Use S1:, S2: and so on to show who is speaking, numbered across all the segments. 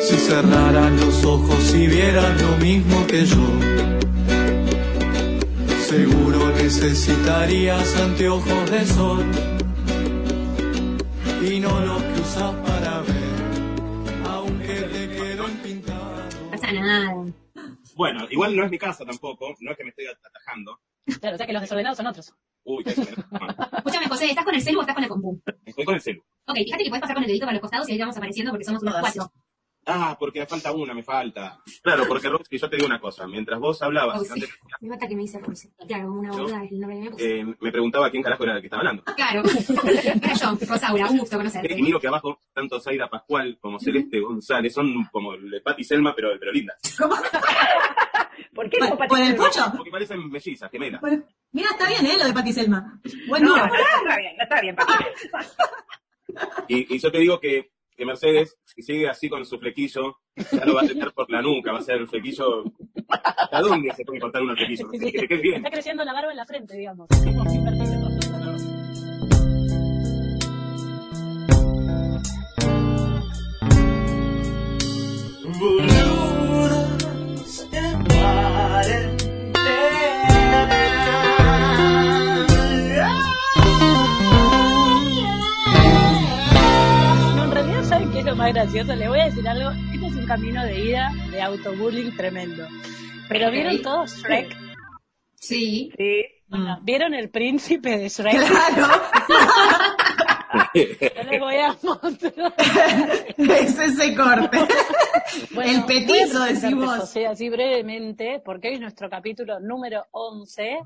S1: cerraran los ojos y vieran lo mismo que yo. Seguro necesitarías anteojos de sol y no los que usas para ver, aunque te quedan pintados.
S2: No pasa nada.
S3: Bueno, igual no es mi caso tampoco, no es que me estoy atajando.
S4: Claro, o sea que los desordenados son otros.
S3: Uy, ya se me- Ah,
S2: Escúchame, José, ¿estás con el celu o estás con la compu?
S3: Estoy con el celu.
S2: Ok, fíjate que puedes pasar con el dedito para los costados y ahí vamos apareciendo porque somos unos
S4: Todas.
S2: cuatro.
S3: Ah, porque me falta una, me falta. Claro, porque Roxy, yo te digo una cosa. Mientras vos hablabas,
S2: Oh, sí.
S3: antes,
S2: Me mata que me dice Roxy. Claro, como una
S3: Yo,
S2: boluda el nombre que me puso.
S3: eh, me preguntaba quién carajo era el que estaba hablando.
S2: Ah, Claro. Era yo, Rosaura, un gusto
S3: Eh,
S2: conocerte.
S3: Y miro que abajo, tanto Zaira Pascual como Celeste González son como el de Pati Selma, pero, pero lindas.
S5: ¿Cómo?
S4: ¿Por qué
S5: ¿Por, por el pucho?
S3: Porque parecen mellizas, gemelas.
S5: Por- Mira, está bien, ¿eh? Lo de Pati Selma. Buen
S4: No, no,
S5: día.
S4: no está bien, no está bien. Pati.
S3: Y, y yo te digo que, que Mercedes, si sigue así con su flequillo, ya lo va a tener por la nuca, va a ser el flequillo. ¿A dónde se puede cortar un flequillo? Que te quede bien.
S4: Está creciendo la barba en la frente, digamos. Como sin perdido.
S6: Blues and modern day.
S4: No, en realidad, ¿saben qué es lo más gracioso? Le voy a decir algo. Este es un camino de ida de autobullying tremendo. Pero ¿vieron
S2: Ok.
S4: todos Shrek?
S2: Sí.
S4: Sí. ¿Vieron el príncipe de Shrek?
S5: Claro.
S4: Yo les voy a mostrar.
S5: es ese corte.
S4: Bueno,
S5: el petizo,
S4: voy a
S5: decís
S4: presentarte,
S5: vos.
S4: José, así brevemente, porque hoy es nuestro capítulo número 11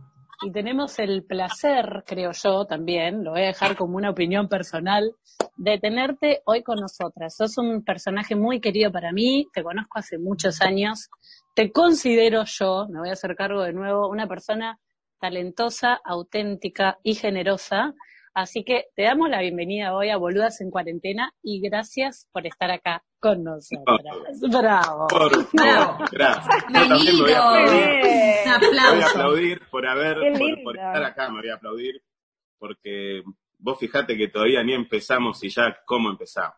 S4: y tenemos el placer, creo yo también, lo voy a dejar como una opinión personal, de tenerte hoy con nosotras. Sos un personaje muy querido para mí, te conozco hace muchos años, te considero yo, me voy a hacer cargo de nuevo, una persona talentosa, auténtica y generosa. Así que te damos la bienvenida hoy a Boludas en Cuarentena y gracias por estar acá con nosotras. Bravo.
S3: Por favor, gracias. Yo también me voy a aplaudir.
S2: Eh,
S4: Bien.
S5: Un
S3: Me voy a
S5: aplauso.
S3: aplaudir por haber,
S4: Qué
S3: por,
S4: lindo.
S3: por estar acá, me voy a aplaudir. Porque vos fijate que todavía ni empezamos y ya cómo empezamos.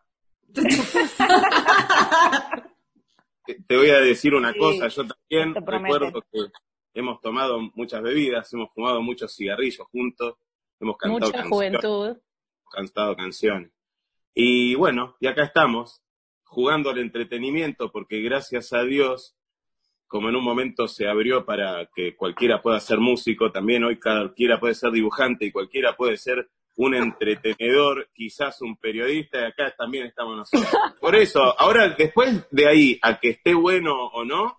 S3: te, te voy a decir una
S4: Sí,
S3: cosa, yo también
S4: te prometo.
S3: recuerdo que hemos tomado muchas bebidas, hemos fumado muchos cigarrillos juntos, hemos cantado,
S4: Mucha
S3: canciones,
S4: juventud.
S3: cantado canciones. Y bueno, y acá estamos, jugando al entretenimiento, porque gracias a Dios, como en un momento se abrió para que cualquiera pueda ser músico, también hoy cualquiera puede ser dibujante y cualquiera puede ser un entretenedor, quizás un periodista, y acá también estamos nosotros. Por eso, ahora después de ahí, a que esté bueno o no,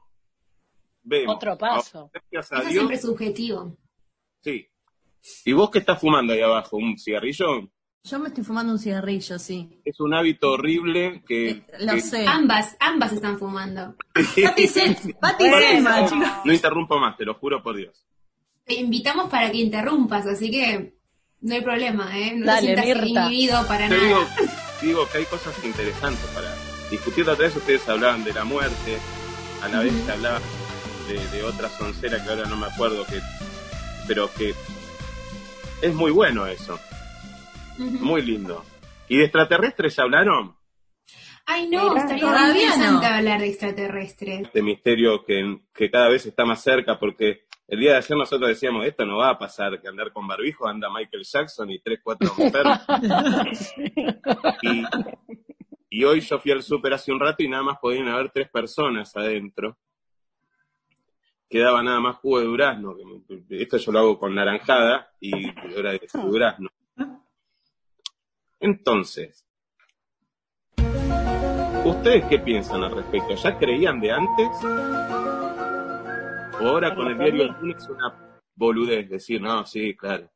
S3: vemos.
S4: Otro paso.
S3: Ahora, Gracias a
S2: Eso
S3: Dios,
S2: siempre es subjetivo.
S3: sí. ¿Y vos qué estás fumando ahí abajo? ¿Un cigarrillo?
S5: Yo me estoy fumando un cigarrillo, sí.
S3: Es un hábito horrible que...
S5: Lo
S3: que-
S5: sé.
S2: Ambas, ambas están fumando.
S5: Pati Selma, Pati Selma, chicos.
S3: No interrumpo más, te lo juro por Dios.
S2: Te invitamos para que interrumpas, así que no hay problema, ¿eh? No
S4: Dale,
S2: te sientas
S4: Mirta.
S2: inhibido para
S3: Te digo,
S2: nada.
S3: digo que hay cosas interesantes para discutir. La otra vez ustedes hablaban de la muerte, a la vez que hablaban de, de otra soncera que ahora no me acuerdo, que, pero que es muy bueno eso,
S2: Ujú.
S3: muy lindo. ¿Y de extraterrestres ya hablaron?
S2: Ay, no,
S4: Mirá,
S2: estaría muy
S5: todavía
S2: interesante
S5: no.
S2: hablar de extraterrestres.
S3: Este misterio que, que cada vez está más cerca, porque el día de ayer nosotros decíamos, esto no va a pasar, que andar con barbijo anda Michael Jackson y tres, cuatro mujeres. Y, y hoy yo fui al súper hace un rato y nada más podían haber tres personas adentro. Quedaba nada más jugo de durazno. que me- Esto yo lo hago con naranjada y ahora de durazno. Entonces, ¿ustedes qué piensan al respecto? ¿Ya creían de antes? ¿O ahora con el diario del lunes es una boludez? Decir, no, sí, claro.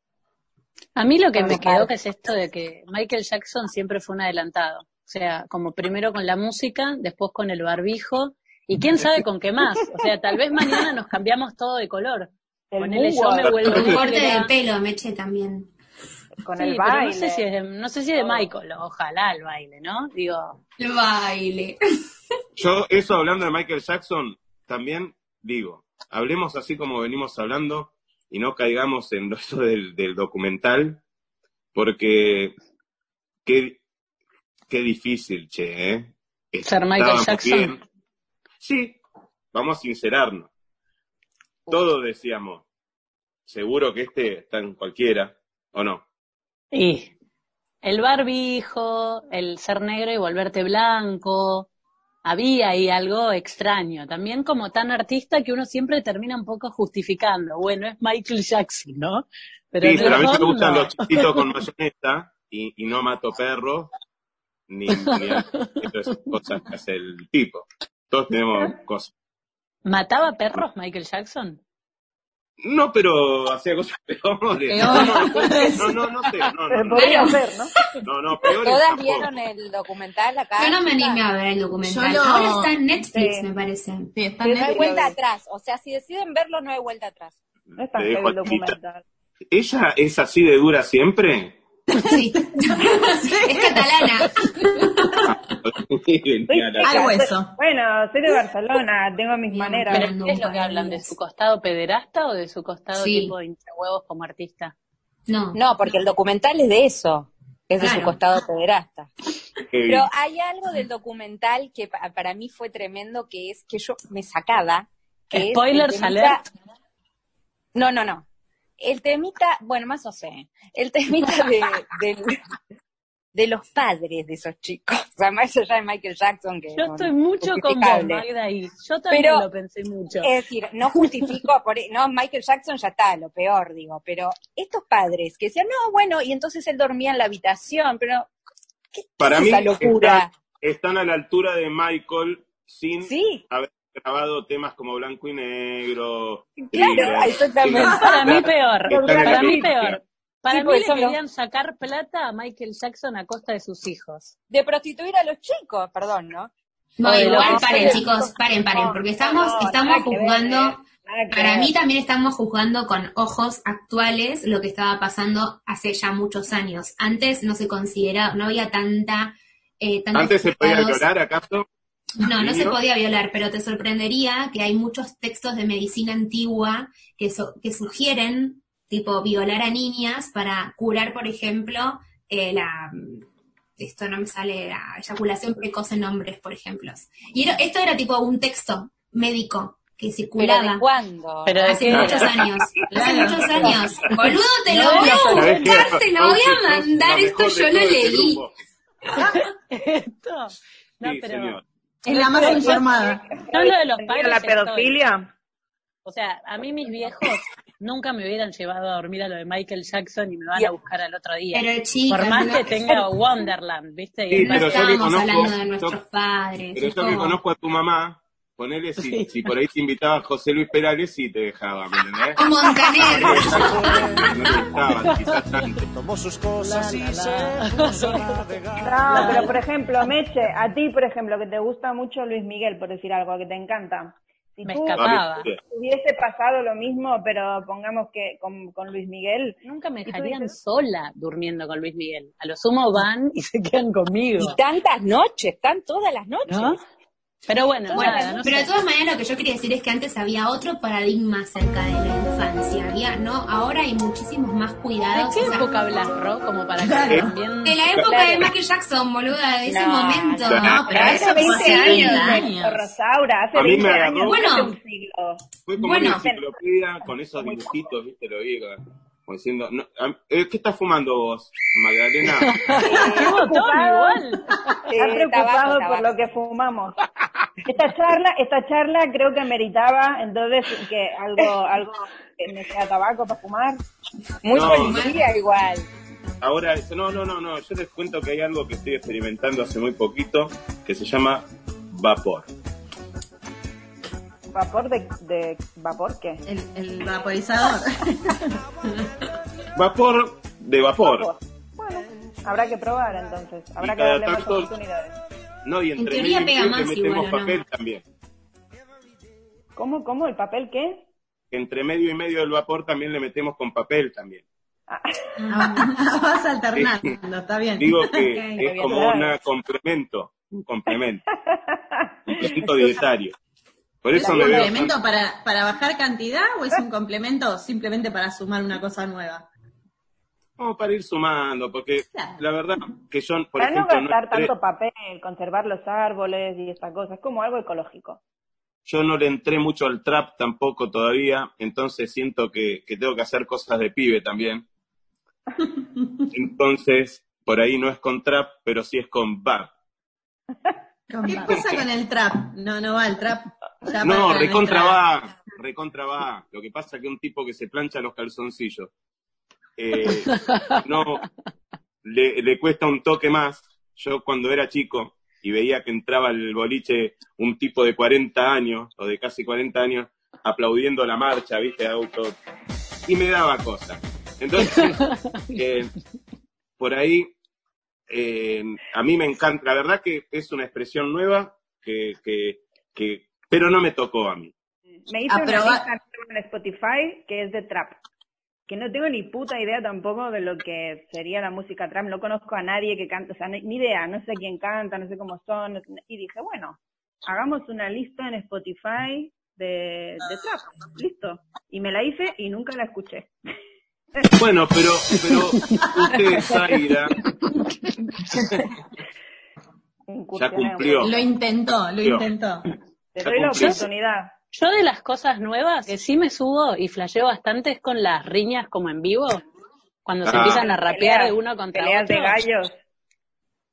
S4: A mí lo que me quedó que es esto de que Michael Jackson siempre fue un adelantado. O sea, como primero con la música, después con el barbijo y quién sabe con qué más. O sea, tal vez mañana nos cambiamos todo de color. Ponele yo me vuelvo
S2: Con
S4: negra.
S2: corte de pelo, Meche, también.
S4: Sí, pero no sé si es de, no sé si es de Michael, ojalá el baile, ¿no? Digo,
S2: El baile.
S3: Yo, eso hablando de Michael Jackson, también digo, hablemos así como venimos hablando y no caigamos en lo eso del, del documental, porque qué, qué difícil, che, ¿eh?
S4: Ser Michael
S3: estábamos
S4: Jackson.
S3: bien. Sí, vamos a sincerarnos. Todos decíamos, seguro que este está en cualquiera, ¿o no?
S4: Y el barbijo, el ser negro y volverte blanco. Había ahí algo extraño. También como tan artista que uno siempre termina un poco justificando. Bueno, es Michael Jackson, ¿no? Pero,
S3: sí,
S4: en el
S3: pero a mí me
S4: fondo-
S3: gustan los chiquitos con mayonesa y, y no mato perros ni, ni a- esas cosas que hace el tipo. Todos tenemos cosas.
S4: ¿Mataba perros Michael Jackson?
S3: No, pero hacía cosas peores. No, no,
S4: Peores.
S3: no, no, no sé. No, no,
S7: Se
S3: no,
S7: podría hacer, ¿no?
S3: no, no, peores
S8: Todas
S3: tampoco.
S8: vieron el documental acá.
S2: Yo no me
S8: chicas?
S2: animé a ver el documental.
S5: Yo lo-
S2: Ahora está en Netflix,
S7: Sí.
S2: me parece.
S5: Sí, está en
S8: Pero no hay
S5: Netflix.
S8: vuelta atrás. O sea, si deciden verlo, no hay vuelta atrás.
S7: No es tan
S3: Te
S7: heavy
S3: dejo
S7: el
S3: a ti.
S7: documental.
S3: ¿Ella es así de dura siempre?
S2: Sí. es catalana.
S3: Genial.
S5: Al hueso.
S7: Bueno, soy de Barcelona, tengo mis
S2: Bien,
S7: maneras.
S4: ¿Pero
S2: Pero no,
S4: qué es lo que hablan? ¿De su costado pederasta o de su costado
S2: Sí.
S4: tipo hincha huevos como artista?
S2: No.
S8: No, porque el documental es de eso. Es de su
S2: Claro.
S8: costado pederasta.
S3: Heavy.
S8: Pero hay algo del documental que pa- para mí fue tremendo, que es que yo me sacaba. Que es
S4: Spoilers
S8: el temita-
S4: alert.
S8: No, no, no. El temita, bueno, más o menos. El temita de, del- de los padres de esos chicos. O sea, más allá de Michael Jackson. Que
S4: Yo
S8: no-
S4: estoy mucho con vos,
S8: Eh, justificable.
S4: Magda, ahí. Yo también
S8: Pero- eh,
S4: lo pensé mucho.
S8: Es decir, no justifico, por, e, no, Michael Jackson ya está, lo peor, digo, pero estos padres que decían, no, bueno, y entonces él dormía en la habitación, pero ¿qué, qué
S3: Para
S8: es
S3: mí
S8: esa locura?
S3: Están a la altura de Michael sin
S8: Sí,
S3: haber grabado temas como Blanco y Negro.
S8: claro,
S3: Thriller.
S8: exactamente.
S4: Para mí
S3: Claro.
S4: peor.
S3: Están en la
S4: Para mí
S3: lista.
S4: peor. Para
S8: Sí,
S3: pues,
S4: mí
S8: porque
S4: le
S8: son los-
S4: querían sacar plata a Michael Jackson a costa de sus hijos.
S8: De prostituir a los chicos, perdón, ¿no?
S2: No,
S4: Oye,
S2: igual,
S4: no,
S2: paren,
S8: no,
S2: chicos, paren, paren, porque estamos,
S7: No,
S2: estamos
S7: nada que ver, eh,
S2: juzgando,
S7: nada que
S2: para
S7: ver.
S2: mí también estamos juzgando con ojos actuales lo que estaba pasando hace ya muchos años. Antes no se consideraba, no había tanta... eh, tantos
S3: ¿Antes se podía
S2: juzgados.
S3: llorar, acaso?
S2: No, no se
S3: Niño.
S2: podía violar, pero te sorprendería que hay muchos textos de medicina antigua que, so- que sugieren, tipo, violar a niñas para curar, por ejemplo, eh, la... Esto no me sale, la eyaculación precoz en hombres, por ejemplo. Y era- esto era tipo un texto médico que
S8: ¿Pero de
S2: circulaba
S8: cuándo?
S4: Pero de
S2: hace
S4: qué
S2: muchos
S4: era.
S2: años. Hace muchos años. Boludo, te lo
S4: No,
S2: voy a
S3: ¿Sabés qué?
S2: buscar, te lo voy a
S3: Sos la
S2: mandar, esto
S3: mejor de
S2: yo lo
S3: todo este
S2: leí.
S3: grupo.
S4: Esto. No,
S3: Sí,
S4: pero.
S3: señor.
S5: Es la más informada.
S4: Yo lo de los padres.
S7: ¿La
S4: estoy.
S7: pedofilia?
S4: O sea, a mí mis viejos nunca me hubieran llevado a dormir a lo de Michael Jackson y me van a buscar al otro día.
S2: Pero chicas,
S4: Por más
S2: no-
S4: que tenga Wonderland, ¿viste? Y
S3: Sí,
S2: No
S4: entonces-
S3: pero yo que
S2: estábamos
S3: conozco-
S2: hablando de
S3: yo-
S2: nuestros padres.
S3: Pero
S2: es
S3: yo que
S2: como-
S3: conozco a tu mamá, ponele si, si por ahí te invitaba a José Luis Perales y te dejaba, ¿me entendés?
S2: Un montanero.
S3: No le gustaban, quizás tanto.
S6: Tomó sus cosas y se puso a navegar.
S7: No, pero por ejemplo, Meche, a ti, por ejemplo, que te gusta mucho Luis Miguel, por decir algo, que te encanta. Si
S4: Me
S7: tú
S4: escapa. Tapaba.
S7: hubiese pasado lo mismo, pero pongamos que con, con Luis Miguel,
S4: Nunca me
S7: tú
S4: dejarían
S7: dices-
S4: sola durmiendo con Luis Miguel. A lo sumo van y se quedan conmigo.
S8: Y tantas noches, tan todas las noches. Eh,
S4: ¿No? Pero bueno,
S2: Bueno,
S4: nada, no
S2: pero de
S4: sé.
S2: todas maneras lo que yo quería decir es que antes había otro paradigma acerca de la infancia. Había, ¿no? Ahora hay muchísimos más
S4: ¿De
S2: cuidados.
S4: qué
S2: o sea,
S4: época hablas, Ro? Como para que
S3: Claro.
S4: también...
S2: de la época
S8: Claro.
S2: de Michael Jackson, boluda, de ese
S8: No,
S2: momento.
S3: no,
S5: pero eso fue hace 30 años.
S7: Rosaura, hace
S3: A mí me
S7: 20
S3: agarró-
S7: años,
S2: Bueno.
S7: hace un siglo.
S3: Fue como
S2: Bueno.
S3: una enciclopedia con esos dibujitos, ¿viste? Lo vi, como diciendo, no, am- eh, ¿qué estás fumando vos, Magdalena?
S4: ¡Qué botón igual!
S8: Eh,
S7: Está preocupado
S8: tabaco,
S7: por
S8: tabaco.
S7: lo que fumamos. Esta charla, esta charla creo que meritaba entonces que algo, algo que me sea tabaco para fumar.
S8: Muy
S3: No.
S8: policía igual.
S3: Ahora, eso, no, no, no, no, yo les cuento que hay algo que estoy experimentando hace muy poquito que se llama vapor.
S7: ¿Vapor de, de vapor qué?
S5: El, el vaporizador.
S3: Vapor de vapor.
S7: Vapor. Bueno, habrá que probar entonces, habrá
S3: Y
S7: que
S3: cada
S7: darle más
S3: tanto-
S7: oportunidades.
S3: No, y
S2: En
S3: entre
S2: teoría
S3: mil y
S2: pega
S3: mil
S2: más
S3: le metemos
S2: igual, ¿o no?
S3: papel también.
S7: ¿Cómo, cómo? ¿El papel qué?
S3: Entre medio y medio del vapor también le metemos con papel también.
S5: Vas alternando, está bien.
S3: Digo que
S2: Ok,
S3: es
S8: bien,
S3: como
S7: claro.
S3: un complemento, un complemento, un complemento dietario. Por eso
S5: ¿Es
S3: me
S5: un
S3: veo.
S5: complemento para, para bajar cantidad o es un complemento simplemente para sumar una cosa nueva?
S3: Como para ir sumando, porque
S5: Claro.
S3: la verdad que yo, por
S7: Para no
S3: ejemplo, no
S7: gastar
S3: entré-
S7: tanto papel, conservar los árboles y estas cosas, es como algo ecológico.
S3: yo no le entré mucho al trap tampoco todavía, entonces siento que, que tengo que hacer cosas de pibe también. Entonces, por ahí no es con trap, pero sí es con bap.
S5: ¿Qué pasa con el trap? No, no va el trap. ya para
S3: No,
S5: nuestra-
S3: recontra va, recontra va. Lo que pasa es que un tipo que se plancha los calzoncillos, eh, no, le, le cuesta un toque más. Yo cuando era chico y veía que entraba al boliche un tipo de 40 años o de casi 40 años aplaudiendo la marcha, viste, auto, y me daba cosa. Entonces, eh, por ahí, eh, a mí me encanta, la verdad que es una expresión nueva que, que, que, pero no me tocó a mí.
S7: Me hice una
S5: Aproba-
S7: lista en Spotify que es de trap. Que no tengo ni puta idea tampoco de lo que sería la música trap. No conozco a nadie que canta, o sea, ni ni idea. No sé quién canta, no sé cómo son. no sé- Y dije, bueno, hagamos una lista en Spotify de, de trap. Listo. Y me la hice y nunca la escuché.
S3: Bueno, pero, pero usted, Zaira,
S7: Incursioné un
S3: cumplió.
S7: poco.
S5: Lo intentó, lo
S3: Yo.
S5: intentó.
S7: Te
S3: Ya
S7: doy la
S3: cumplió.
S7: oportunidad.
S4: Yo de las cosas nuevas que sí me subo y flasheo bastante es con las riñas como en vivo, cuando se
S3: Ah.
S4: empiezan a rapear
S7: Peleas,
S4: uno contra
S7: peleas
S4: otro.
S7: de gallos.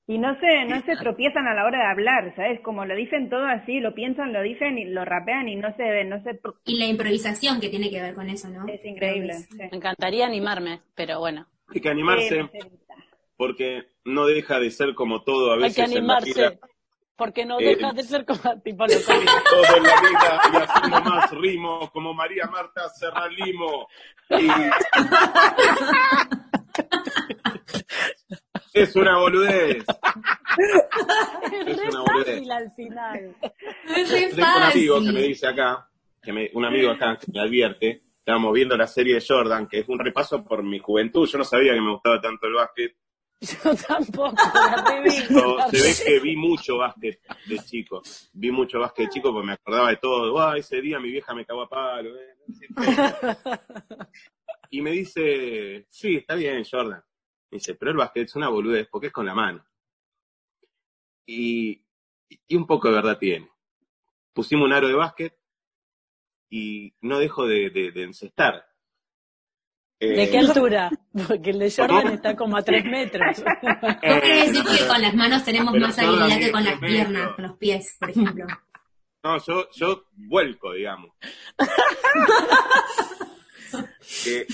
S7: Y no se, no se tropiezan a la hora de hablar, ¿sabes? Como lo dicen todo así, lo piensan, lo dicen y lo rapean y no se, no se,
S2: Y la improvisación que tiene que ver con eso, ¿no?
S7: es increíble.
S4: Me encantaría animarme, pero bueno,
S3: hay que
S7: Sí,
S3: animarse porque no deja de ser como todo a
S4: hay
S3: veces
S4: que
S3: en la vida.
S4: animarse. Porque no
S3: Eh,
S4: dejas de ser como tipo lo que-
S3: Todo en la vida y hacemos más ritmo, como María Marta Serralimo. Y... Es una boludez.
S4: Es
S3: una
S4: re
S3: boludez.
S4: fácil al final.
S2: Es re
S3: Tengo un amigo que me
S2: fácil.
S3: dice acá, que me- un amigo acá que me advierte, estábamos viendo la serie de Jordan, que es un repaso por mi juventud, yo no sabía que me gustaba tanto el básquet,
S4: Yo tampoco la reví.
S3: pero se ve que vi mucho básquet de chico, vi mucho básquet de chico porque me acordaba de todo, ah, ese día mi vieja me cagó a palo, eh, y me dice, sí, está bien Jordan, me dice, pero el básquet es una boludez porque es con la mano, y, y un poco de verdad tiene, pusimos un aro de básquet, y no dejo de, de, de encestar.
S4: ¿De
S3: Eh,
S4: qué altura? Porque el de Jordan
S3: ¿Cómo?
S4: está como a tres metros.
S2: Vos querés
S3: eh,
S2: decir
S3: no,
S2: que
S3: pero-
S2: con las manos tenemos
S3: pero
S2: más
S3: solo
S2: habilidad
S3: mí,
S2: que con las
S3: tremendo.
S2: piernas, con los pies, por ejemplo.
S3: No, yo, yo vuelco, digamos. Eh,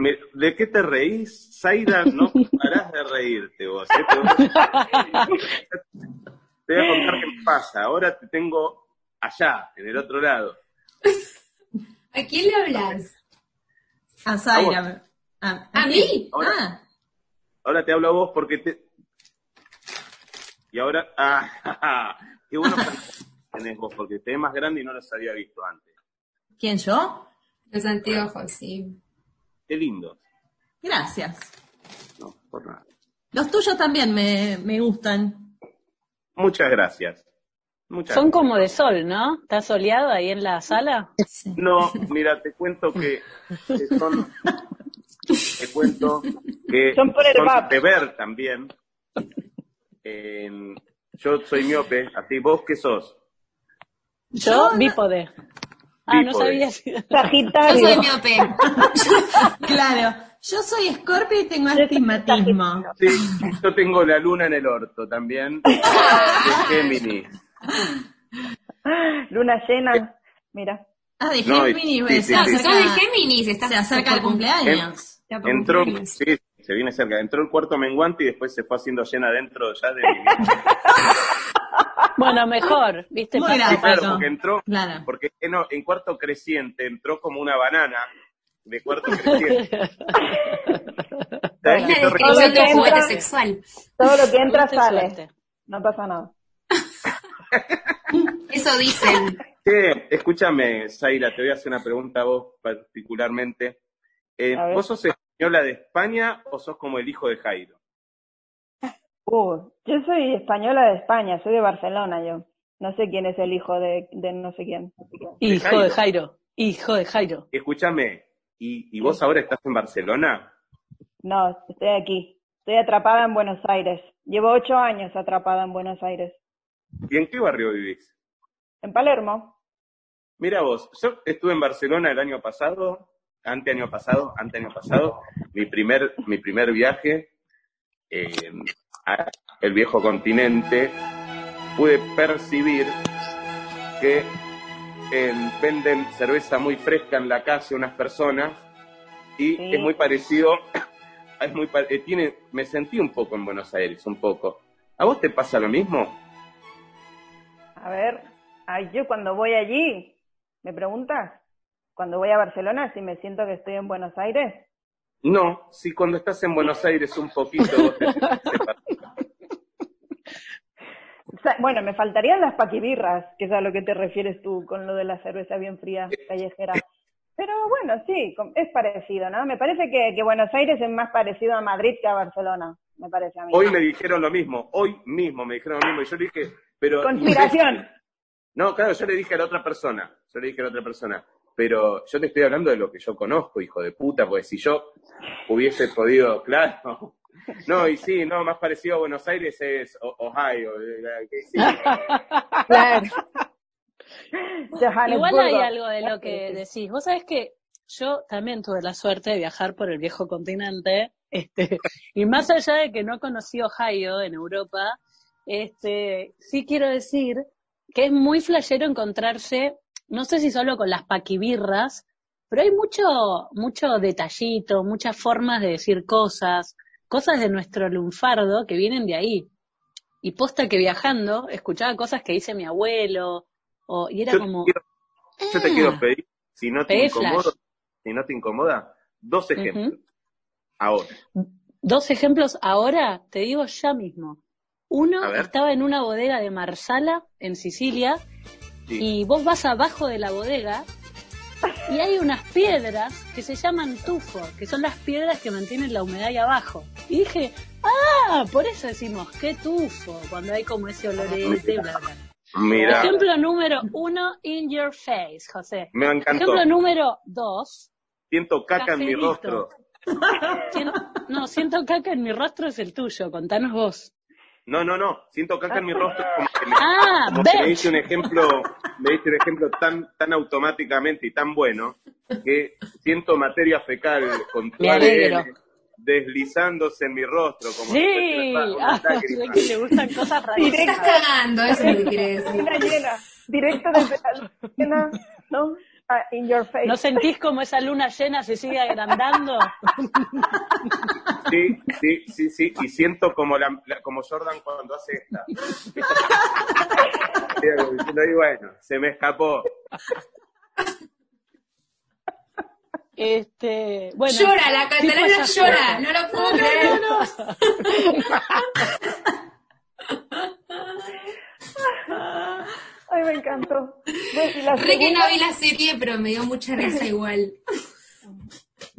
S3: me- ¿De qué te reís? Zaira, no parás de reírte vos. ¿eh? Te voy a- Te voy a contar qué me pasa. Ahora te tengo allá, en el otro lado.
S2: ¿A quién le hablas?
S5: A Zaira. ¿A,
S2: ¿A mí?
S3: Ahora-
S5: Ah,
S3: Ahora te hablo a vos porque te... Y ahora... Ah, qué bueno que tenés vos, porque te ves más grande y no los había visto antes.
S5: ¿quién yo?
S2: Los anteojos, sí.
S3: Qué lindo.
S5: Gracias.
S3: No, por nada.
S5: Los tuyos también me, me gustan.
S3: Muchas gracias. Muchas
S4: Son
S3: gracias.
S4: como de sol, ¿no? ¿Está soleado ahí en la sala?
S5: Sí.
S3: No, mira, te cuento que que son. Te cuento que
S7: Son por el VAP.
S3: de ver también. Eh, yo soy miope, así vos qué sos.
S4: Yo, bípode. Ah, no
S3: Bípode.
S4: sabía si...
S2: Yo soy
S7: Sagitario.
S2: miope.
S5: Claro, yo soy Scorpio y tengo astigmatismo.
S3: Sí, yo tengo la luna en el orto también. De Géminis.
S7: Luna llena. Mira.
S5: Ah, de
S3: No, y-
S5: Géminis,
S3: sí,
S5: se
S3: sí,
S2: No, si
S5: acerca-
S2: sos de Géminis, estás
S5: Se acerca el cumpleaños.
S2: Está por
S3: Entró,
S2: cumpleaños.
S3: sí, se viene cerca. Entró el cuarto menguante y después se fue haciendo llena dentro ya de mi mismo.
S4: Bueno, mejor, ¿viste?
S5: Muy
S4: Paso a
S5: grande.
S4: paso.
S3: Claro,
S5: Pato.
S3: porque entró,
S5: Claro.
S3: porque eh, no, en cuarto creciente entró como una banana de cuarto creciente. ¿Sabés
S2: Es
S3: qué?
S2: la
S3: Yo
S2: descripción de un
S7: Hola,
S2: juguete
S7: Kendra.
S2: sexual.
S7: Todo lo que entra
S4: Tuviste
S7: sale.
S4: suerte.
S7: No pasa nada.
S2: Eso dicen.
S3: Che, escúchame, Zaira, te voy a hacer una pregunta a vos particularmente. Eh,
S7: A ver.
S3: ¿Vos sos española de España o sos como el hijo de Jairo?
S7: Uh, yo soy española de España, soy de Barcelona yo. No sé quién es el hijo de, de no sé quién.
S4: Hijo de Jairo. Hijo de Jairo.
S3: Escúchame, ¿y, y vos ahora estás en Barcelona?
S7: No, estoy aquí. Estoy atrapada en Buenos Aires. Llevo ocho años atrapada en Buenos Aires.
S3: ¿Y en qué barrio vivís?
S7: En Palermo.
S3: Mira vos, yo estuve en Barcelona el año pasado, ante año pasado, ante año pasado, mi primer, mi primer viaje eh, a el viejo continente, pude percibir que eh, venden cerveza muy fresca en la calle unas personas y
S7: Sí.
S3: es muy parecido, es muy pa- eh, tiene, me sentí un poco en Buenos Aires, un poco. ¿A vos te pasa lo mismo?
S7: A ver, ay, yo cuando voy allí, ¿me preguntas? Cuando voy a Barcelona, si me siento que estoy en Buenos Aires.
S3: No, si cuando estás en Buenos Aires un poquito vos te
S7: O sea, Bueno, me faltarían las paquibirras, que es a lo que te refieres tú con lo de la cerveza bien fría callejera. Pero bueno, sí, com- es parecido, ¿no? Me parece que, que Buenos Aires es más parecido a Madrid que a Barcelona, me parece a mí.
S3: Hoy me dijeron lo mismo, hoy mismo me dijeron lo mismo. Y yo le dije, pero.
S7: Conspiración.
S3: No, claro, yo le dije a la otra persona, yo le dije a la otra persona, pero yo te estoy hablando de lo que yo conozco, hijo de puta, porque si yo hubiese podido, claro. No, y sí, no, más parecido a Buenos Aires es O- Ohio. eh, que sí.
S8: Claro.
S4: Igual
S7: Johannesburgo.
S4: hay algo de lo que decís. Vos sabés que yo también tuve la suerte de viajar por el viejo continente, este, y más allá de que no conocí Ohio en Europa, este, sí quiero decir que es muy flashero encontrarse, no sé si solo con las paquibirras, pero hay mucho, mucho detallito, muchas formas de decir cosas, cosas de nuestro lunfardo que vienen de ahí. Y posta que viajando, escuchaba cosas que dice mi abuelo, o, y era
S3: Yo te
S4: como,
S3: quiero- Yo te
S4: Ah.
S3: quiero pedir, si no te
S4: Pedí flash.
S3: incomoda, si no te incomoda, dos ejemplos. Ahora.
S4: Dos ejemplos ahora, te digo ya mismo.
S3: A
S4: Uno
S3: ver.
S4: estaba en una bodega de Marsala, en Sicilia,
S3: sí.
S4: y vos vas abajo de la bodega y hay unas piedras que se llaman tufo, que son las piedras que mantienen la humedad ahí abajo. Y dije, ah, por eso decimos, qué tufo, cuando hay como ese olorete, bla, bla.
S3: Ah, Mira,
S4: Ejemplo número uno, in your face, José.
S3: me encantó.
S4: Ejemplo número dos,
S3: Siento caca en mi
S4: Cafelito.
S3: rostro.
S4: Sien- no, siento caca en mi rostro es el tuyo, contanos vos.
S3: No, no, no. Siento caca en mi rostro como que me,
S4: Ah,
S3: como que me
S4: bitch.
S3: diste un ejemplo, me diste un ejemplo tan, tan automáticamente y tan bueno que siento materia fecal con tu
S4: Me alegro.
S3: ADN deslizándose en mi rostro como si
S4: Sí,
S3: fuese una-
S4: ah,
S3: una
S4: sé
S3: lágrima.
S4: que le gustan cosas
S2: Estás
S4: rarísimas.
S2: cagando, eso es lo que quiere decir.
S7: Una llena, directo desde la llena, ¿no? Ah, in your face.
S4: ¿No sentís como esa luna llena se sigue agrandando?
S3: Sí, sí, sí, sí. Y siento como, la, la- como Jordan cuando hace esta. Sí, algo diciendo, Y bueno, se me escapó.
S4: Este, bueno,
S2: llora, la
S4: tipo
S2: catalana
S4: esas
S2: llora,
S4: cosas.
S2: no lo puedo creer.
S7: Ay, me encantó. Bueno, y la
S2: Re que
S7: segunda-
S2: no vi la serie, pero me dio mucha risa igual.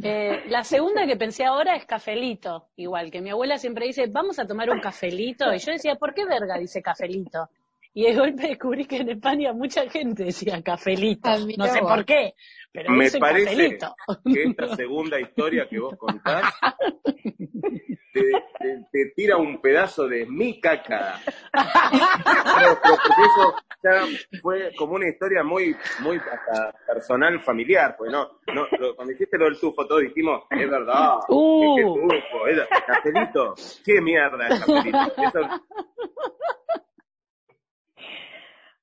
S4: Eh, la segunda que pensé ahora es cafelito, igual que mi abuela siempre dice, vamos a tomar un cafelito. Y yo decía, ¿por qué verga dice cafelito? Y de golpe descubrí que en España mucha gente decía cafelito.
S2: Ah, mira
S4: No sé
S2: vos.
S4: por qué, pero
S3: Me
S4: dicen
S3: parece
S4: cafelito.
S3: que esta segunda historia que vos contás te, te- te tira un pedazo de mi caca. Pero- pero porque eso ya fue como una historia muy, muy hasta personal, familiar. Porque no, no, lo- cuando dijiste lo del tufo, todos dijimos, es verdad,
S4: Uh.
S3: es que tufo, es cafelito, qué mierda es cafelito. Eso-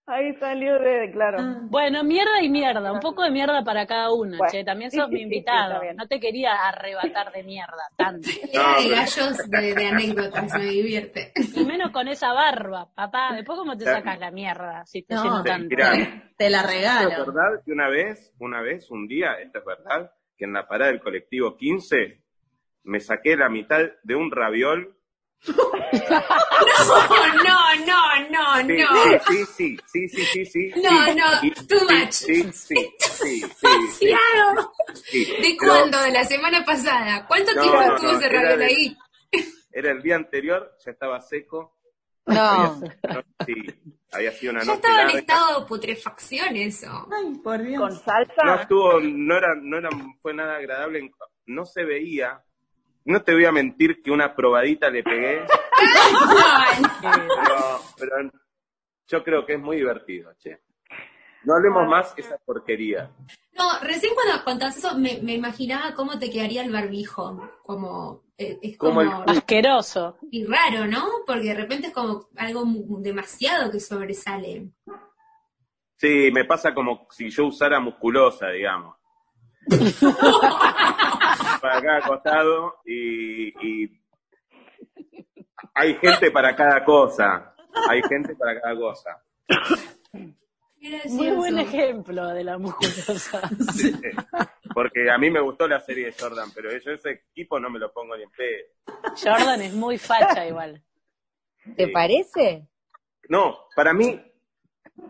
S7: Ahí salió de, claro.
S2: Ah.
S4: Bueno, mierda y mierda, un poco de mierda para cada uno,
S7: Bueno,
S4: che, también
S7: sí,
S4: sos
S7: sí,
S4: mi
S7: sí,
S4: invitado,
S7: está bien.
S4: no te quería arrebatar de mierda tanto.
S2: Era de
S3: pero-
S2: gallos de, de anécdotas, me divierte.
S4: Y menos con esa barba, papá, después cómo te sacas la mierda si te lleno
S5: No,
S4: tanto.
S3: Mirá.
S5: te, te la
S3: Esto es
S5: regalo.
S3: verdad que una vez, una vez, un día, esto es verdad, que en la parada del colectivo 15 me saqué la mitad de un raviol.
S2: No, no, no, no,
S3: Sí,
S2: no.
S3: sí, sí, sí, sí, sí, sí, sí.
S2: No, no,
S3: sí,
S2: too
S3: sí,
S2: much.
S3: Sí, sí, sí, sí,
S2: Demasiado.
S3: sí, sí.
S2: ¿De
S3: Pero
S2: cuándo? ¿De la semana pasada? ¿Cuánto
S3: No,
S2: tiempo
S3: no,
S2: estuvo
S3: no,
S2: ese
S3: era
S2: raviol
S3: de-
S2: ahí?
S3: Era el día anterior, ya estaba seco.
S8: No.
S3: ¿no? Sí, había sido una
S2: Ya
S3: noche
S2: estaba en
S3: larga.
S2: estado de putrefacción eso.
S5: Ay, por
S7: Con
S5: Dios.
S7: salsa.
S3: No estuvo, no era, no era, fue nada agradable, no se veía No te voy a mentir que una probadita le pegué, pero, pero yo creo que es muy divertido, che. No hablemos más esa porquería.
S2: No, recién cuando contás eso me, me imaginaba cómo te quedaría el barbijo. Como, eh, es
S3: Como
S2: como,
S3: el-
S4: Asqueroso.
S2: y raro, ¿no? Porque de repente es como algo mu- demasiado que sobresale.
S3: Sí, me pasa como si yo usara musculosa, digamos. para cada costado y, y hay gente para cada cosa. Hay gente para cada cosa.
S4: Muy buen ejemplo de la musculosa.
S3: Sí, sí. Porque a mí me gustó la serie de Jordan, pero yo ese equipo no me lo pongo ni en pedo.
S4: Jordan es muy facha igual.
S8: ¿Te
S3: Sí.
S8: parece?
S3: No, para mí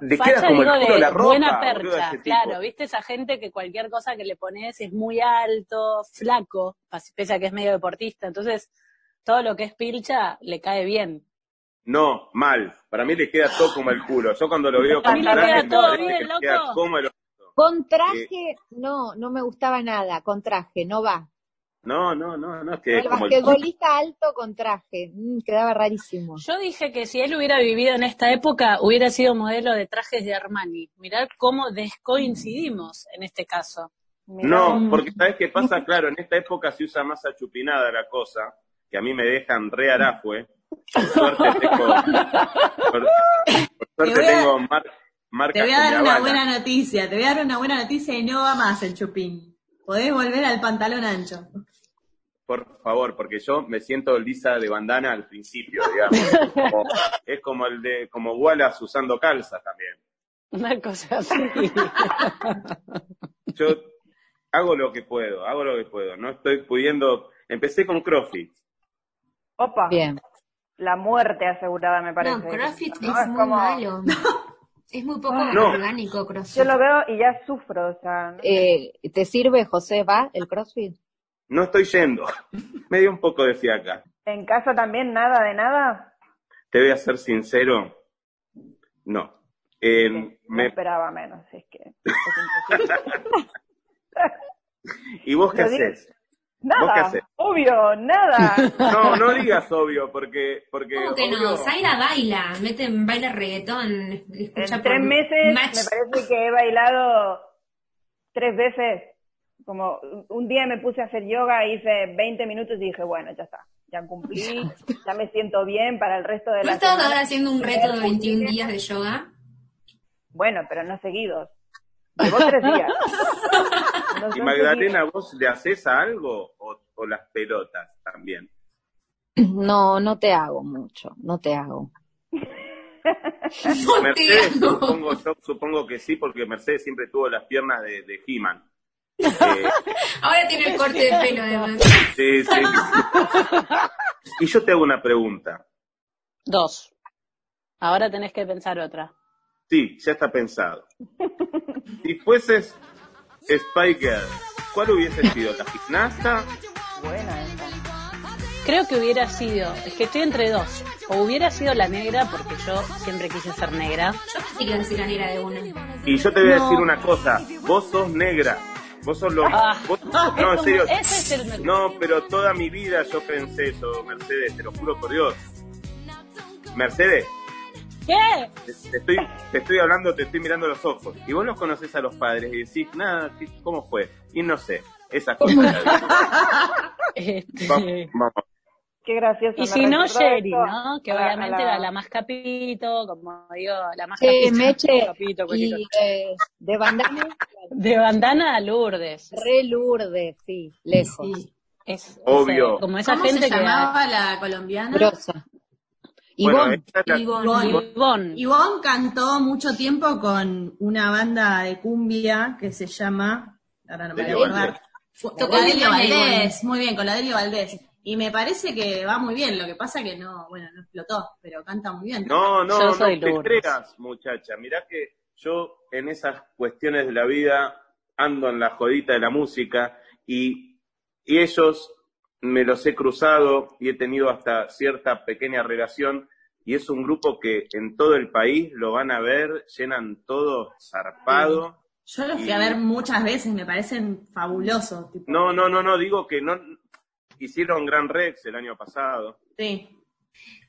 S3: le queda
S4: Facha
S3: como el
S4: digo
S3: culo
S4: de
S3: la ropa.
S4: buena
S3: boludo, a ese
S4: percha,
S3: tipo.
S4: claro. Viste esa gente que cualquier cosa que le pones es muy alto, flaco, pas- pese a que es medio deportista. Entonces, todo lo que es pilcha le cae bien.
S3: No, mal. Para mí le queda todo como el culo. Yo cuando lo veo
S4: Para mí le
S3: traje,
S4: queda
S3: me
S4: todo
S3: parece
S4: bien,
S3: que le
S4: loco.
S3: queda como el-
S8: Con
S3: Eh,
S8: traje, no, no me gustaba nada. Con traje, no va.
S3: No, no, no, no, es que
S8: No,
S3: es
S8: el
S3: como el culo.
S8: basquetbolista alto con traje. Mm, quedaba rarísimo.
S4: Yo dije que si él hubiera vivido en esta época, hubiera sido modelo de trajes de Armani. Mirad cómo descoincidimos en este caso.
S3: No, porque ¿sabes qué pasa? Claro, en esta época se usa más achupinada la cosa, que a mí me dejan re arafue. Por suerte tengo, por, por suerte
S5: Te voy a-
S3: tengo mar-
S5: Te
S3: marcas
S5: voy
S3: que
S5: a
S3: me
S5: dar una
S3: avalan.
S5: buena noticia, te voy a dar una buena noticia y no va más el chupín. Podés volver al pantalón ancho.
S3: Por favor, porque yo me siento lisa de bandana al principio, digamos. Como- es como el de, como Wallace usando calzas también.
S4: Una cosa así.
S3: Yo hago lo que puedo, hago lo que puedo. No estoy pudiendo. Empecé con CrossFit.
S7: Opa,
S8: Bien.
S7: la muerte asegurada me parece.
S2: No, CrossFit
S7: No,
S2: es, muy
S7: como-
S2: malo. Es muy poco
S3: No.
S2: orgánico CrossFit.
S7: Yo lo veo y ya sufro, o sea, no sé.
S8: Eh, ¿Te sirve, José? ¿Va el CrossFit?
S3: No estoy yendo. Me dio un poco de fiaca.
S7: en casa también nada de nada.
S3: Te voy a ser sincero. No. Eh,
S7: No
S3: me-
S7: esperaba menos, es que es imposible.
S3: ¿Y vos qué
S7: Lo digo.
S3: haces? ¿Vos qué
S7: Nada,
S3: hacés?
S7: obvio, nada.
S3: No, no digas obvio, porque. porque
S2: ¿Cómo que
S3: obvio-
S2: no? Zaira baila, mete en baila reggaetón, escucha por
S7: En tres meses
S2: match.
S7: me parece que he bailado tres veces. Como un día me puse a hacer yoga, hice 20 minutos y dije, bueno, ya está, ya cumplí, ya me siento bien para el resto de
S2: ¿No
S7: la
S2: estabas
S7: semana.
S2: ahora haciendo un reto de 21 días de yoga?
S7: Bueno, pero no seguidos. Llevó tres días. No
S3: ¿Y
S7: son
S3: Magdalena, vos le haces a algo o, o las pelotas también?
S8: No, no te hago mucho, no te hago.
S2: No te
S3: Mercedes,
S2: hago.
S3: supongo, yo supongo que sí, porque Mercedes siempre tuvo las piernas de, de He-Man. Eh,
S2: Ahora tiene el corte de pelo además.
S3: Sí, sí. Y yo te hago una pregunta.
S4: Dos. Ahora tenés que pensar otra.
S3: Sí, ya está pensado. Si fueses Spiker, ¿cuál hubiese sido? ¿La gimnasta?
S4: Creo que hubiera sido, es que estoy entre dos. O hubiera sido la negra, porque yo siempre quise ser negra.
S2: Yo pensé que iba a decir la negra de una.
S3: Y yo te voy a decir una cosa. Vos sos negra. Vos sos lo...
S4: Ah.
S3: vos- no, en serio.
S4: Ese es el
S3: No, pero toda mi vida yo pensé eso, Mercedes. Te lo juro por Dios. Mercedes,
S4: ¿Qué?
S3: te te estoy, te estoy hablando, te estoy mirando a los ojos. Y vos los conoces a los padres y decís, nada, ¿qué- ¿cómo fue? Y no sé. Esas cosas.
S4: Este,
S3: Vamos, vamos.
S7: Qué gracioso.
S4: Y
S7: me
S4: si no,
S7: recordó
S4: Sherry,
S7: esto
S4: ¿no? Que
S7: a la-
S4: obviamente
S7: a
S4: era la más capito, como digo, la más
S8: Eh,
S4: capito.
S8: Meche,
S4: capito, cualquier
S8: y
S4: cosa.
S8: eh, de bandana,
S4: De bandana a Lourdes.
S8: re Lourdes, sí, lejos.
S2: Sí.
S4: Es, es,
S3: Obvio.
S4: eh, como esa
S5: ¿Cómo
S4: gente
S5: se llamaba la colombiana?
S8: Grosa.
S3: Bueno, eh,
S8: Ivonne,
S3: esta es la-
S5: Ivonne.
S4: que... Ivonne.
S5: Ivonne cantó mucho tiempo con una banda de cumbia que se llama. Ahora no me
S3: Delio
S5: voy a acordar.
S3: Valdés.
S2: Fue-
S5: Con
S2: Tocó
S5: la
S2: bien
S5: Delio
S2: la negra.
S5: Valdés, muy bien, con la Delio Valdés. Y me parece que va muy bien, lo que pasa que no, bueno, no explotó, pero canta muy bien.
S3: No, no,
S4: Yo
S3: no
S4: soy
S3: te
S4: Lourdes.
S3: creas, muchacha. Mirá que yo en esas cuestiones de la vida ando en la jodita de la música y, y ellos me los he cruzado y he tenido hasta cierta pequeña relación y es un grupo que en todo el país lo van a ver, llenan todo zarpado.
S5: Yo los fui a ver muchas veces, me parecen fabulosos. Tipo.
S3: No, no, no, no, digo que no, Hicieron Gran Rex el año pasado.
S5: Sí.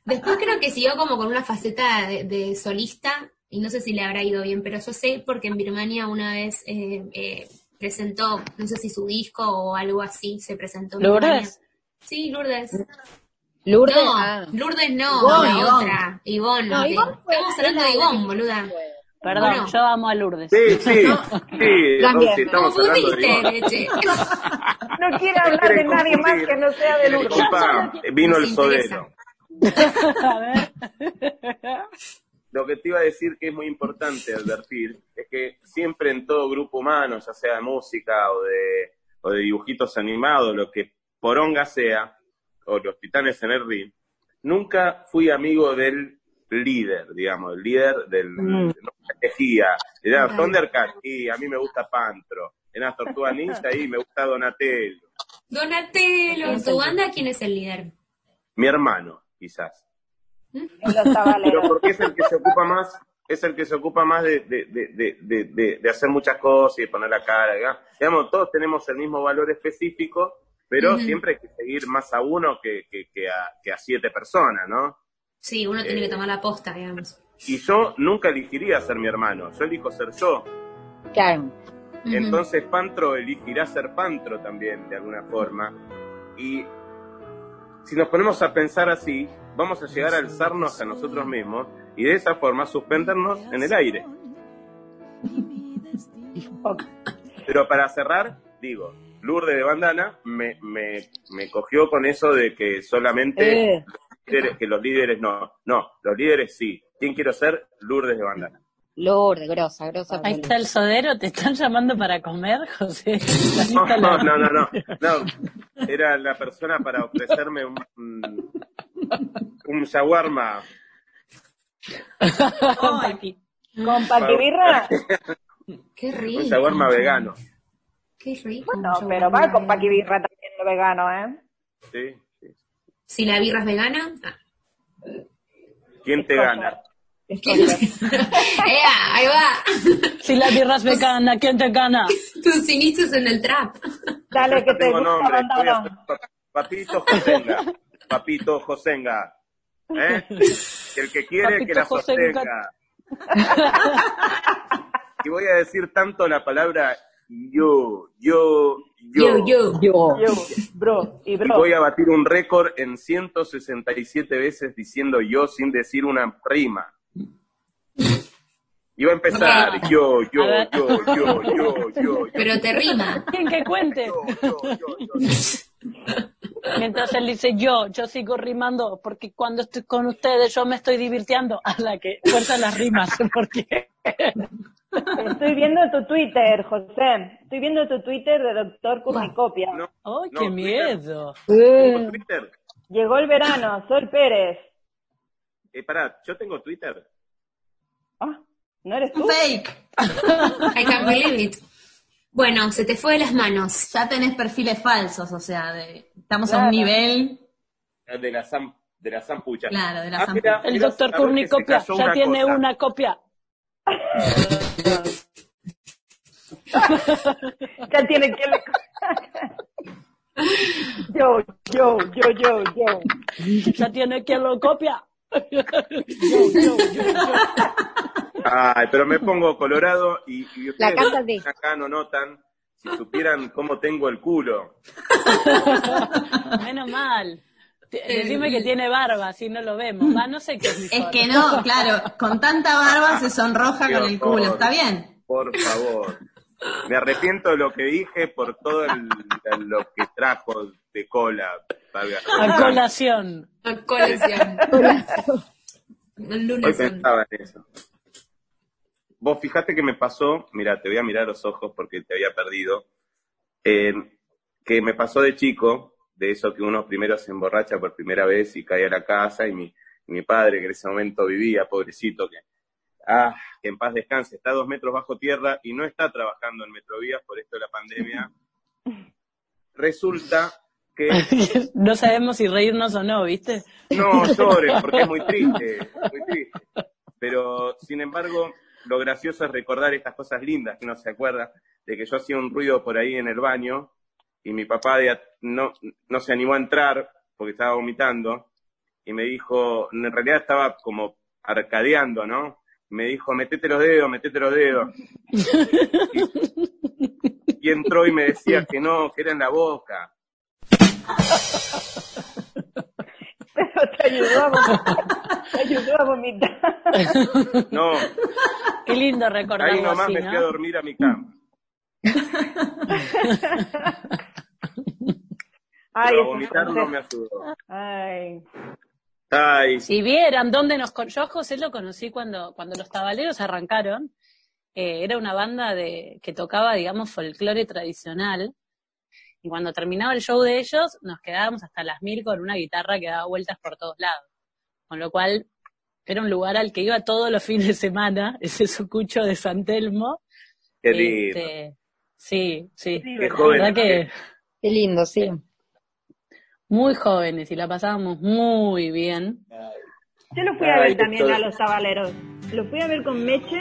S2: Después creo que siguió como con una faceta de, de solista y no sé si le habrá ido bien, pero yo sé porque en Birmania una vez eh, eh, presentó, no sé si su disco o algo así, se presentó. en
S4: ¿Lourdes?
S2: Birmania. Sí, Lourdes.
S8: Lourdes.
S2: No,
S8: ah.
S2: Lourdes no,
S5: Ivonne,
S2: la
S5: Ivonne.
S2: otra, Ivonne.
S4: No,
S2: ok.
S4: Ivonne fue-
S2: Estamos hablando de Ivonne, boluda.
S4: Perdón,
S2: Bueno.
S4: yo amo a Lourdes.
S3: Sí, sí, sí,
S8: También,
S3: Rosy,
S8: me
S3: estamos hablando de
S2: Confundiste,
S3: Ivonne.
S2: leche.
S7: No quiero hablar de
S3: quieren
S7: nadie más
S3: confundir,
S7: que no sea
S3: me
S7: de
S3: quieren
S7: Lourdes.
S3: culpar. Vino el
S2: Nos interesa.
S3: sodero.
S4: A ver.
S3: Lo que te iba a decir que es muy importante advertir es que siempre en todo grupo humano, ya sea de música o de, o de dibujitos animados, lo que poronga sea, o los titanes en el ring, nunca fui amigo del líder, digamos, el líder del... No elegía, era
S2: Claro.
S3: Thundercat y a mí me gusta Pantro, era Tortuga Ninja y me gusta Donatello,
S2: Donatello, ¿en tu banda quién es el líder?
S3: mi hermano, quizás.
S7: Los
S3: pero
S7: tabaleros.
S3: porque es el que se ocupa más, es el que se ocupa más de, de, de- de- de- de- de hacer muchas cosas y de poner la cara. ¿verdad? Digamos, todos tenemos el mismo valor específico, pero
S2: Ujú.
S3: siempre hay que seguir más a uno que, que- que a, que a siete personas, ¿no?
S2: Sí, uno tiene
S3: Eh.
S2: que tomar la posta, digamos.
S3: Y yo nunca elegiría ser mi hermano, yo elijo ser yo.
S8: Claro.
S2: Ujú.
S3: Entonces Pantro elegirá ser Pantro también, de alguna forma. Y si nos ponemos a pensar así, vamos a llegar a alzarnos a nosotros mismos y de esa forma suspendernos en el aire. Pero para cerrar, digo, Lourdes de Bandana me, me, me cogió con eso de que solamente
S4: Eh,
S3: líderes- que los líderes no. No, los líderes sí. ¿Quién quiero ser? Lourdes de Bandana.
S8: Lourdes, grosa, grosa.
S4: ahí está el sodero, te están llamando para comer, José.
S3: No, no, no, no, no. Era la persona para ofrecerme un, un, un shawarma.
S4: Con
S5: Ay.
S4: Paqui.
S7: ¿Con Paquibirra?
S2: Qué rico.
S3: Un shawarma vegano.
S2: Qué rico. un
S7: Bueno,
S2: shawarma
S7: pero va con
S2: vegano.
S7: Paquibirra también lo vegano, ¿eh?
S3: ¿sí? sí.
S2: Si la birra es vegana. ah.
S3: ¿Quién te gana?
S7: Es cosa.
S2: ¡Ea! Ahí va.
S4: Si la birra es vegana, ¿quién te gana?
S2: Tus inicios en el trap.
S7: Dale, que
S3: Yo
S7: te
S3: tengo
S7: gusta
S3: nombre. Voy a ser
S7: abandonado.
S3: pa- Papito Josenga. Papito Josenga. ¿Eh? El que quiere
S4: Papito
S3: que la
S4: Josenga.
S3: sostenga. Y voy a decir tanto la palabra yo, yo,
S2: Yo,
S3: yo.
S2: yo.
S8: Yo.
S7: Yo, bro, y
S3: Y
S7: bro.
S3: voy a batir un récord en 167 veces diciendo yo sin decir una prima. Y va a empezar
S4: Ok.
S3: yo, yo,
S4: A ver.
S3: yo, yo, yo, yo, yo, yo,
S2: Pero te rima.
S4: ¿Quién que cuente?
S3: yo, yo, yo.
S4: Mientras él dice yo, yo sigo rimando, porque cuando estoy con ustedes yo me estoy divirtiendo. A la que fuerza las rimas, porque
S7: Estoy viendo tu Twitter, José. Estoy viendo tu Twitter de Doctor Curricopia.
S3: No,
S4: ¡Ay,
S3: no,
S4: qué
S3: Twitter.
S4: miedo!
S3: Tengo Twitter.
S7: Llegó el verano, Sol Pérez.
S3: Eh, pará, yo tengo Twitter.
S7: Ah, ¿No eres tú?
S5: Fake.
S2: I can't believe it. Bueno, se te fue de las manos.
S5: Ya tenés perfiles falsos, o sea, de- estamos a
S7: Claro.
S5: un nivel.
S3: Eh, De la Sam, de la Sampucha.
S5: Claro, de la
S3: Ah, mira,
S5: Sampucha.
S4: El
S3: mira,
S4: doctor
S3: sabes que se
S4: Curnicopia
S3: cayó
S4: ya tiene
S3: cosa.
S4: una copia.
S7: Ya tiene que le... Yo, yo, yo, yo, yo.
S4: Ya tiene quien lo copia.
S3: Ay, pero me pongo colorado y, y ustedes
S8: La casa de-
S3: acá no notan si supieran cómo tengo el culo.
S4: Menos mal. T- Decime que tiene barba, si no lo vemos. Va, no sé qué es
S5: Es
S4: mejor.
S5: que no, claro, con tanta barba se sonroja con el culo, está bien.
S3: Por favor. Me arrepiento de lo que dije por todo el- lo que trajo de cola. Fabio.
S4: A colación.
S2: Colección.
S3: Hoy
S2: Lunes.
S3: pensaba en eso. Vos fijate que me pasó, mira, te voy a mirar a los ojos porque te había perdido, eh, que me pasó de chico, de eso que uno primero se emborracha por primera vez y cae a la casa y mi, mi padre que en ese momento vivía, pobrecito, que, ah, que en paz descanse, está a dos metros bajo tierra y no está trabajando en Metrovías por esto de la pandemia. Resulta que
S4: No sabemos si reírnos o no, ¿viste?
S3: no lloren, porque es muy triste, es muy triste. Pero, sin embargo, lo gracioso es recordar estas cosas lindas que uno se acuerda, de que yo hacía un ruido por ahí en el baño y mi papá de a- no, no se animó a entrar porque estaba vomitando y me dijo, en realidad estaba como arcadeando, ¿no? Me dijo, metete los dedos, metete los dedos. y, y entró y me decía que no, que era en la boca.
S7: Pero te ayudó a vomitar. Te ayudó a vomitar.
S3: No,
S4: Qué lindo recordarlo
S3: ahí nomás
S4: así,
S3: me
S4: ¿no?
S3: fui a dormir a mi cama.
S7: Ay,
S3: pero
S7: es un
S3: vomitar no
S7: consejo.
S3: me ayudó.
S7: Ay.
S3: Ay,
S4: Si vieran dónde nos... con- Yo a José lo conocí cuando, cuando los tabaleros arrancaron. Eh, era una banda de, que tocaba, digamos, folclore tradicional. Y cuando terminaba el show de ellos, nos quedábamos hasta las mil con una guitarra que daba vueltas por todos lados. Con lo cual, era un lugar al que iba todos los fines de semana, ese sucucho de San Telmo.
S3: qué lindo.
S4: Este, sí, sí.
S7: Sí,
S3: Qué
S7: ¿verdad?
S3: joven.
S4: La verdad que
S8: Qué lindo, sí.
S4: muy jóvenes y la pasábamos muy bien.
S7: Yo lo fui a ver
S3: Ay,
S7: también
S3: estoy-
S7: a los tabaleros. Lo fui a ver con Meche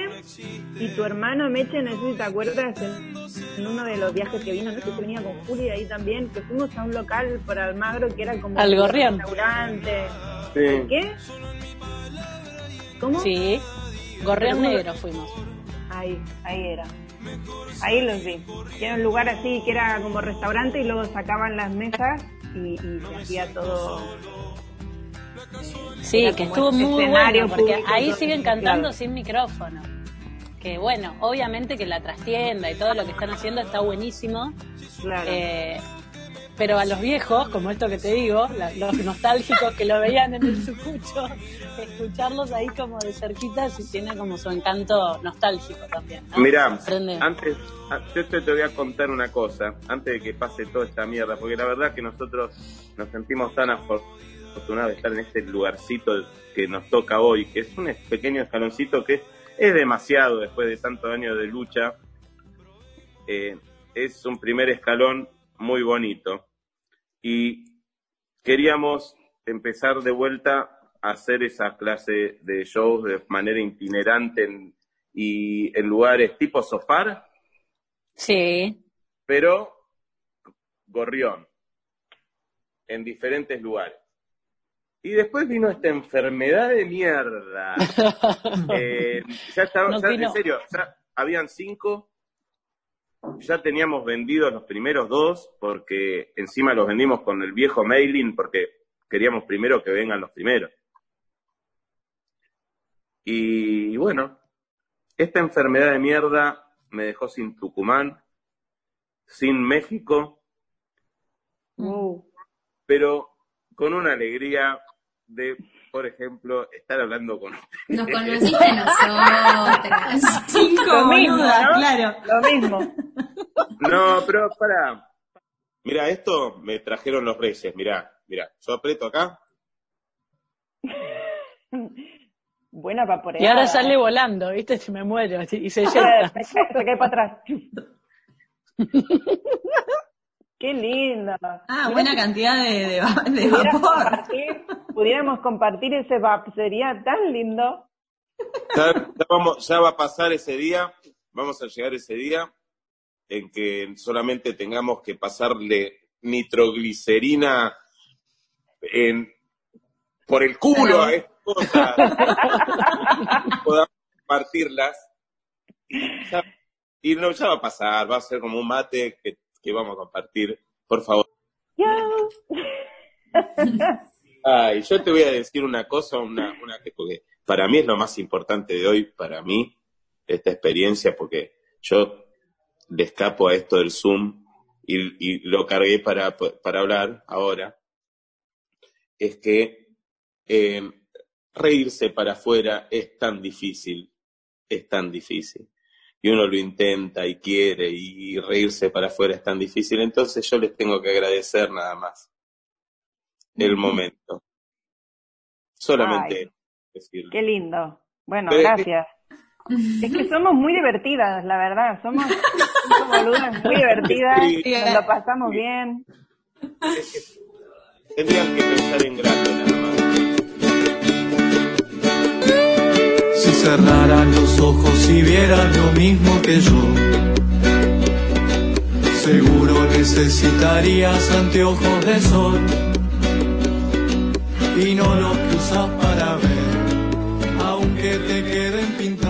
S7: y tu hermano Meche, no sé si te acuerdas, en, en uno de los viajes que vino, no sé si venía con Juli ahí también, que fuimos a un local por Almagro que era como
S4: Al
S7: un
S4: Gorrión.
S7: restaurante.
S3: Sí.
S7: ¿Qué? ¿Cómo?
S4: Sí, Gorrión Negro fuimos.
S7: Ahí, ahí era. Ahí los vi. Que era un lugar así que era como restaurante y luego sacaban las mesas y, y se hacía todo.
S4: Sí,
S7: Era
S4: que
S7: como
S4: estuvo
S7: un
S4: muy
S7: escenario
S4: bueno, porque
S7: público,
S4: ahí
S7: todo
S4: siguen
S7: mezclado.
S4: cantando sin micrófono. Que bueno, obviamente que la trastienda y todo lo que están haciendo está buenísimo,
S7: Claro.
S4: eh, pero a los viejos, como esto que te digo, la- los nostálgicos que lo veían en el sucucho, escucharlos ahí como de cerquita sí tiene como su encanto nostálgico también. ¿no?
S3: Mirá, Ah.
S4: Aprende.
S3: antes, a- yo te, te voy a contar una cosa, antes de que pase toda esta mierda, porque la verdad que nosotros nos sentimos tan afor- afortunados de estar en este lugarcito que nos toca hoy, que es un es- pequeño escaloncito que es demasiado después de tantos años de lucha. Eh, es un primer escalón muy bonito. Y queríamos empezar de vuelta a hacer esa clase de shows de manera itinerante en y en lugares tipo Sofar,
S4: Sí,
S3: pero gorrión, en diferentes lugares. Y después vino esta enfermedad de mierda. Eh, ya estaba,
S4: Nos
S3: ya-
S4: vino.
S3: en serio, ya habían cinco, ya teníamos vendidos los primeros dos, porque encima los vendimos con el viejo mailing, porque queríamos primero que vengan los primeros. Y bueno, esta enfermedad de mierda me dejó sin Tucumán, sin México,
S7: Wow.
S3: pero con una alegría de, por ejemplo, estar hablando con
S2: Nos conociste a nosotras.
S5: Cinco
S7: Lo mismo,
S5: boludas,
S7: ¿no?
S5: claro.
S7: Lo mismo.
S3: No, pero para. Mira, esto me trajeron los reyes, mirá, mirá. Yo aprieto acá.
S7: Buena vaporeada.
S4: y ahora sale volando, ¿viste? Se me muero y se llena.
S7: Se cae- se cae para atrás. Qué linda.
S5: Ah, buena cantidad de, de va- de
S7: Pudiéramos
S5: vapor.
S7: compartir, pudiéramos compartir ese vap, sería tan lindo.
S3: Ya, ya vamos- ya va a pasar ese día, vamos a llegar ese día en que solamente tengamos que pasarle nitroglicerina en, por el culo a estas cosas. Podamos compartirlas. Y, ya, y no, ya va a pasar, va a ser como un mate que, que vamos a compartir. Por favor.
S7: Ya.
S3: Ay, yo te voy a decir una cosa, una, una que porque para mí es lo más importante de hoy, para mí, esta experiencia, porque yo le escapo a esto del Zoom y, y lo cargué para, para hablar ahora, es que eh, reírse para afuera es tan difícil, es tan difícil. Y uno lo intenta y quiere y reírse para afuera es tan difícil, entonces yo les tengo que agradecer nada más el momento. Solamente
S7: Ay.
S3: decirlo.
S7: Qué lindo. Bueno,
S3: Pero-
S7: gracias. Es que somos muy divertidas, la verdad. Somos somos boludas muy divertidas.
S3: Sí.
S7: Nos lo pasamos bien.
S3: Tendrían que pensar en grande nada más.
S1: Si cerraran los ojos y vieran lo mismo que yo. Seguro necesitarías anteojos de sol y no los que usas para ver, aunque te queden pintados.